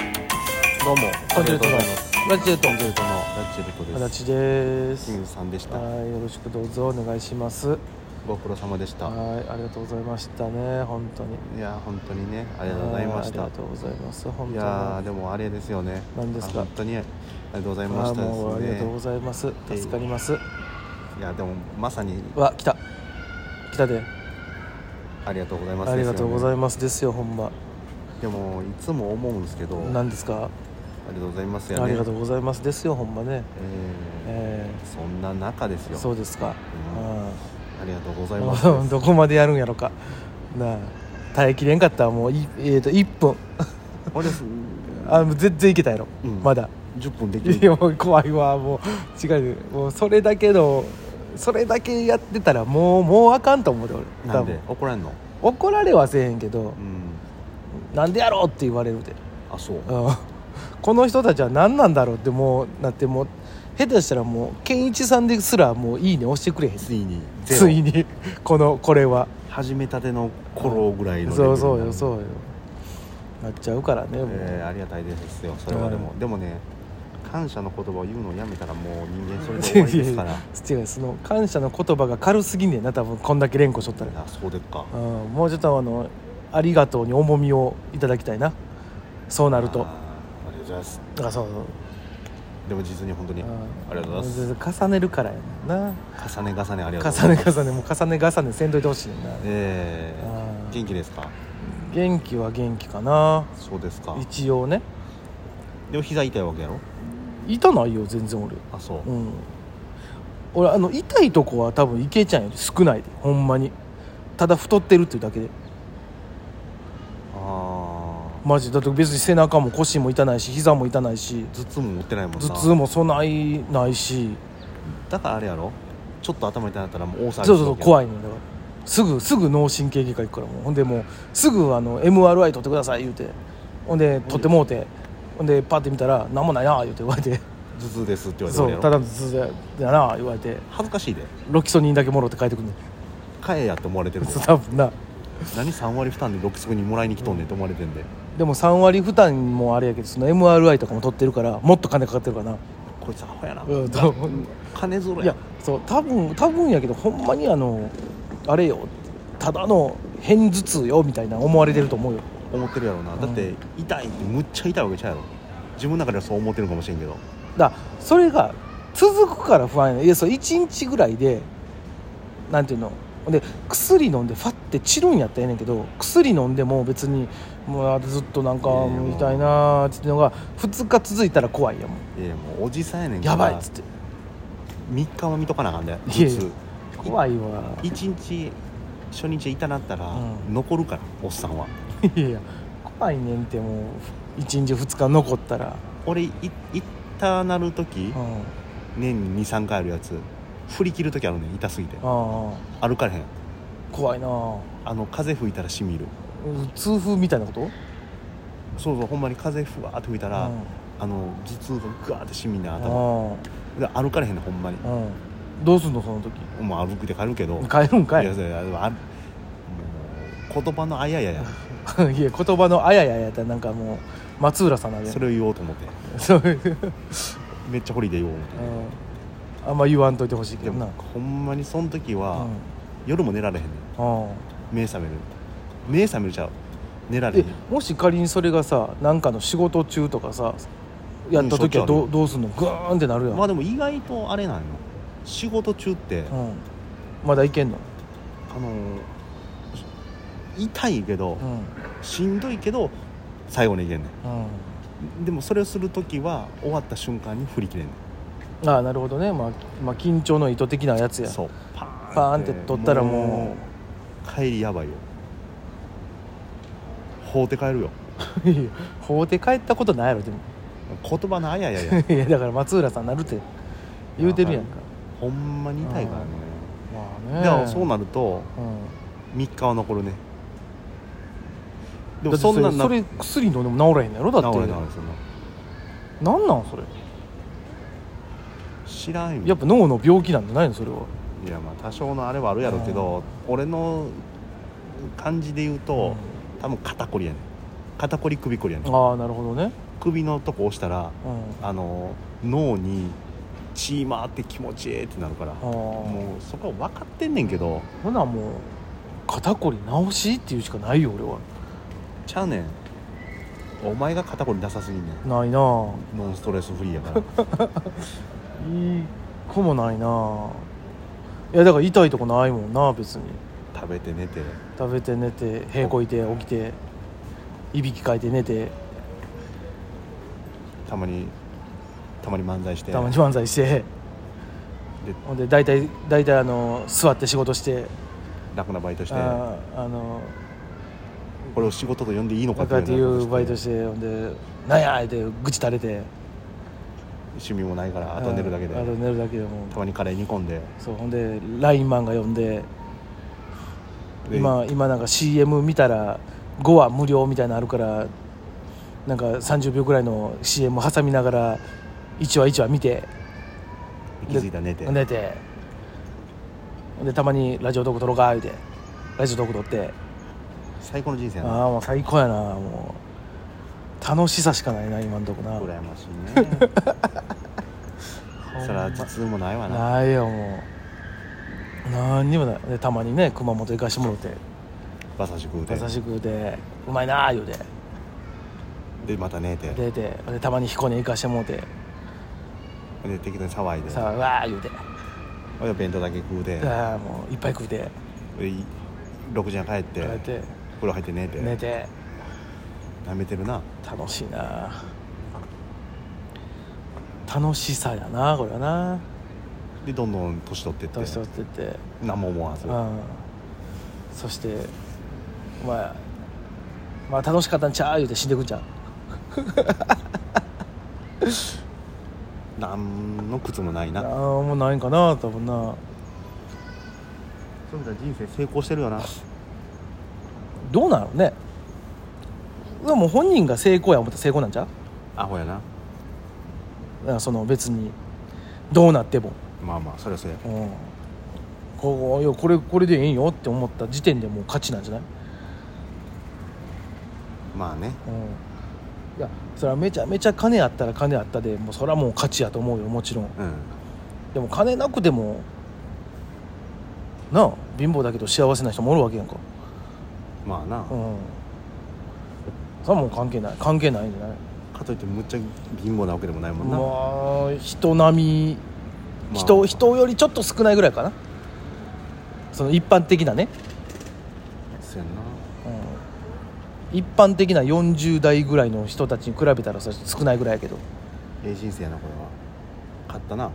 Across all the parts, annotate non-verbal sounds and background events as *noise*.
どうもありがとうございまコンチェルトのすラジエットコンチェルトのラッチェルトです足立ですキングさんでしたはいよろしくどうぞお願いしますはいご苦労様でしたありがとうございましたね本当にいや本当にねありがとうございましはたありがとうございます本当いにやーでもあれですよね何ですかあ本当にありがとうございましたあーもうありがですとうごねざいますえい助かりますいやでもまさにわ来た来たでありがとうございますありがとうございいますですよほんまますでもいつも思うんですけどあ何ですかりがとうございますよねありがとううございますですよほんまねええーそんな中ですーよそうですかうんありがとうございます *laughs* うんどこまでやるんやろかなあ耐えきれんかったらもういえーと1分あれすあもう全然いけたやろ、うんまだ10分でき *laughs* いやるもう怖いわもう違うもうそれだけのそれだけやってたらもうもうあかんと思うで俺なんで怒らんの怒られはせえへんけどう、んなんでやろうって言われるで、あそううん、 *laughs* この人たちは何なんだろうってもうなってもう下手したらもう健一さんですらもういいね押してくれへんついにゼロついにこのこれは始めたての頃ぐらいのレベルそうになるそうよそうよなっちゃうからねもう、えーありがたいですよそれはでも、でもね感謝の言葉を言うのをやめたらもう人間 *laughs* それで終わりですから違うその感謝の言葉が軽すぎんねんな多分こんだけ連呼しとったらあそうでっかうん、もうちょっとあのありがとうに重みをいただきたいなそうなるとあーありがとうございますあそうそうでも実に本当にありがとうございますます重ねるからやな重ね重ねありがとうござ重いねます重ねもう重ね重ねせんといてほしいねんなええあー元気ですか元気は元気かなそうですか一応ねでも膝痛いわけやろ痛ないよ全然俺あそう、うん俺あの痛いとこは多分いけちゃんより少ないでほんまにただ太ってるっていうだけであマジだって別に背中も腰も痛ないし膝も痛ないしあ頭痛も持ってないもんな頭痛もそないないしだからあれやろちょっと頭痛いなったらもう大騒ぎするそうそうそう怖いいのよだからすぐすぐ脳神経外科行くからもうほんでもうすぐあの MRI 取ってください言うてほんで取ってもうてほんでパッて見たら「何もないな」言うて言われて頭痛ですって言「われてそ俺やろうただの頭痛だな」言われて恥ずかしいでロキソニンだけもろって帰ってくんねん *laughs* 買えやって思われてるでそう多分な何3割負担で6足にもらいに来とんねんって思われてんででも3割負担もあれやけどその MRI とかも取ってるからもっと金かかってるからなこいつアホやな、うん *laughs* 多分金ぞろいややそう多分多分やけどほんまにあのあれよただの片頭痛よみたいな思われてると思うよ思ってるやろうなだって痛いってむっちゃ痛いわけちゃうやろ自分の中ではそう思ってるかもしれんけどだからそれが続くから不安やねんいやそう1日ぐらいでなんていうので薬飲んでファって散るんやったらええねんけど薬飲んでも別にもうあずっとなんかいやいやもう痛いなーっつってのが2日続いたら怖いやもんいやもうおじさんやねんかやらばいっつって3日は見とかなあかんで普いやいや通怖いわ1日初日痛なったら、うん残るからおっさんはいやいや怖いねんってもう1日2日残ったら、俺い痛なる時うん、あ年に23回あるやつ振り切る時あるねん痛すぎてあ歩かれへん怖いなああの風吹いたらしみるうん痛風みたいなことそうそうほんまに風ふわーって吹いたら、うんあの頭痛がぐわーってしみんなあ頭で歩かれへんねんほんまにあ、うん、どうすんのその時もう歩くで帰るけど帰るんかいいやそれあのあもう言葉のあややや *laughs* いや言葉のあやややったらなんかもう松浦さんなんでそれを言おうと思って *laughs* そういうめっちゃホリデー言おう思ってうんあんま言わんといてほしいけでどなもほんまにその時うは、ん夜も寝られへんねんうん目覚める目覚めるちゃう寝られへでんもし仮にそれがさなんかの仕事中とかさやった時はどううんどうすんのグーンってなるやん、まあでも意外とあれなんよ仕事中って、あうん、まだいけんの、の痛いけどう、んしんどいけど最後にいけんねんうん、でもそれをする時は終わった瞬間に振り切れんねんああなるほどね、まあ、まあ緊張の意図的なやつやそうパーンって取ったらもう帰りやばいよ放って帰るよう *laughs* いや法うて帰ったことないやろでも言葉のあやや *laughs* やいやだから松浦さんなるって言うてるやんかほんまに痛いからねまあでねもそうなるとうん3日は残るねででももそんそんななんんなそれ薬飲んでも治らへんのやろだって治れ治れそんななんなんそれ知らんよやっぱ脳の病気なんじゃないのそれはいやまあ多少のあれはあるやろうけど俺の感じで言うと、多分肩こりやねん肩こり首こりやねんああなるほどね首のとこ押したらうんあの脳に血回って気持ちええってなるからあーもうそこは分かってんねんけどほなもう肩こり直しっていうしかないよ俺はちゃうねんお前が肩こりなさすぎんねないなあんノンストレスフリーや *laughs* からいい子もないなあいやだから痛いとこないもんな別に食べて寝て食べて寝て平こいて起きていびきかいて寝てたまにたまに漫才してたまに漫才してでほんで大体大体あの座って仕事して楽なバイトしてあーあのこれを仕事と呼んでいいのかなんかっていうバイトてしてほんで「なんや!」って愚痴垂れて趣味もないからあとは寝るだけであと寝るだけでもうたまにカレー煮込んでそうほんでラインマンが呼んでで今今なんか CM 見たら5話無料みたいなのあるからなんか30秒ぐらいの CM 挟みながら1話1話見て気づいたら寝て寝てでたまにラジオトーク撮ろうか言うてラジオトーク撮って最高の人生やあなあもう最高やなもう楽しさしかないな今んとこな羨ましいね *laughs* ほんまそら頭痛もないわなないよもう何にもないでたまにね熊本行かしてもろて馬刺し食うて優しくでうまいなあ言うてでまた寝て出てでたまに彦根行かしてもろてで適当に騒いでさあうわあ言うてで弁当だけ食うてああもういっぱい食うてでい6時に帰ってこうやって風呂入って寝て寝て舐めてるな楽しいな楽しさやなこれはなでどんどん年取ってって年取ってって何も思わずうんそしてまあまあ楽しかったんちゃう言うて死んでくんちゃう何の靴もないあなあもうないんかな多分なそうじゃ人生成功してるよなどうなのねでも本人が成功や思ったら成功なんちゃうアホやなだからその別にどうなっても、まあまあそりゃそうやうん、こういやこれこれでええんよって思った時点でもう勝ちなんじゃない、まあねうん、いやそれはめちゃめちゃ金あったら金あったでもうそれはもう勝ちやと思うよもちろんうんでも金なくてもなあ貧乏だけど幸せな人もおるわけやんかまあなうんそれはもう関係ない関係ないんじゃないかといってむっちゃ貧乏なわけでもないもんなままあ人並みあ人人よりちょっと少ないぐらいかなその一般的なね、そうやんなうん、一般的な40代ぐらいの人たちに比べたらそれ少ないぐらいやけどええ人生やなこれは勝ったな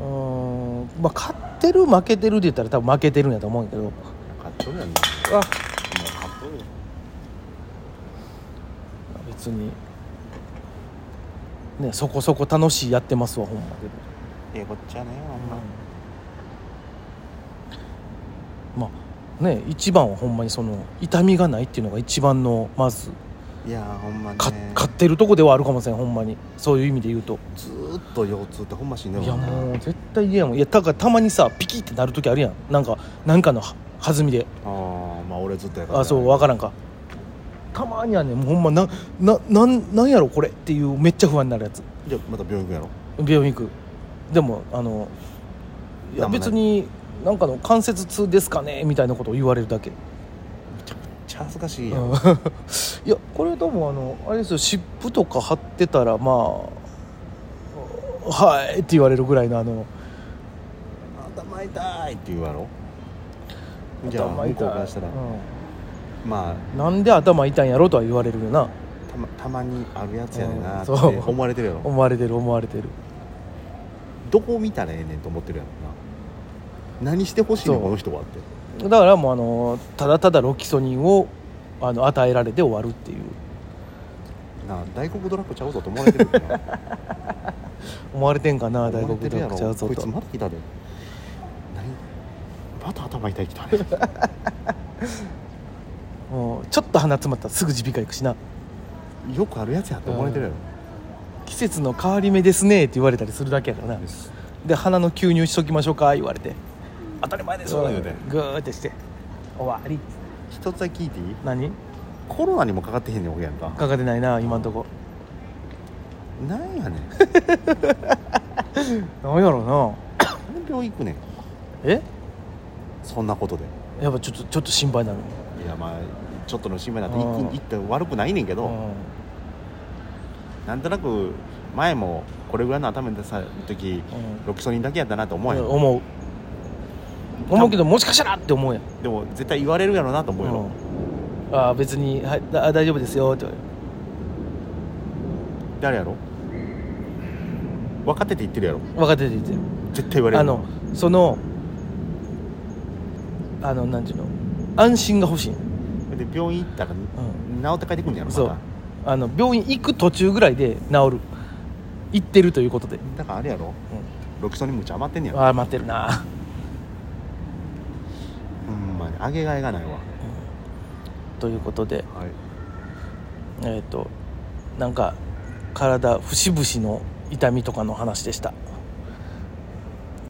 うーんまあ勝ってる負けてるで言ったら多分負けてるんやと思うんやけど勝っとるやんなあもう勝っとるよ別にねそこそこ楽しいやってますわほんまええこっちゃねほんままあね一番はほんまにその痛みがないっていうのが一番のまずいやーほんまねか勝ってるとこではあるかもしれんほんまにそういう意味で言うとずーっと腰痛ってほんましんどいいやもんなもう絶対嫌やもんいやだからたまにさピキってなる時あるやんなんかなんかのは弾みでああまあ俺ずっとやからあそうわからんかたまにはねもうほんまなななんなんやろこれっていうめっちゃ不安になるやつじゃあまた病院行くやろ病院行くでもあのいやなんもない別になんかの関節痛ですかねみたいなことを言われるだけめっちゃ恥ずかしいやん、うん *laughs* いやこれ多分あのあれですよ湿布とか貼ってたらまあはいって言われるぐらいのあの頭痛いって言うやろじゃあ頭向こう痛いからしたら、うまあんなんで頭痛いんやろとは言われるよなたまたまにあるやつやねんなってうんそう思われてるやろ思われてる思われてるどこ見たらええねんと思ってるやろな何してほしいそのうこの人はってだからもうあのただただロキソニンをあの与えられて終わるっていうなあ大黒ドラッグちゃうぞと思われてる *laughs* から思われてんかな大思わ黒れてるやろちゃうぞこいつとまだ来たで何また頭痛い来たね *laughs* もうちょっと鼻詰まったらすぐ耳鼻科行くしなよくあるやつやって思われてるやろ、季節の変わり目ですねって言われたりするだけやからなですで鼻の吸入しときましょうか言われて当たり前ですそうだよねグーってして終わり一つだけ聞いていい何コロナにもかかってへんねん俺やんかかかってないな今んとこなんやねんなんやろ何うな病院行くねんえそんなことでやっぱちょっとちょっと心配になるいやまあちょっとの心配になってうん行く行って悪くないねんけど、うなんとなく前もこれぐらいの頭に出される時んうんロキソニンだけやったなと思うやん、思う思うけどもしかしたらって思うやんでも絶対言われるやろなと思うやろ、うんああ別に、はい、だあ大丈夫ですよって言わ誰やろ分かってて言ってるやろれる若手で言って絶対言われるあのそのあのなんていうの安心が欲しい、うで病院行ったら治ん、って帰ってくるんやろまたそうあの病院行く途中ぐらいで治る行ってるということで、だからあれやろロキソニンむっちゃ余ってんねやうん、ろああ待ってるなほんまにあげがいがないわということではいえっ、となんか体節々の痛みとかの話でした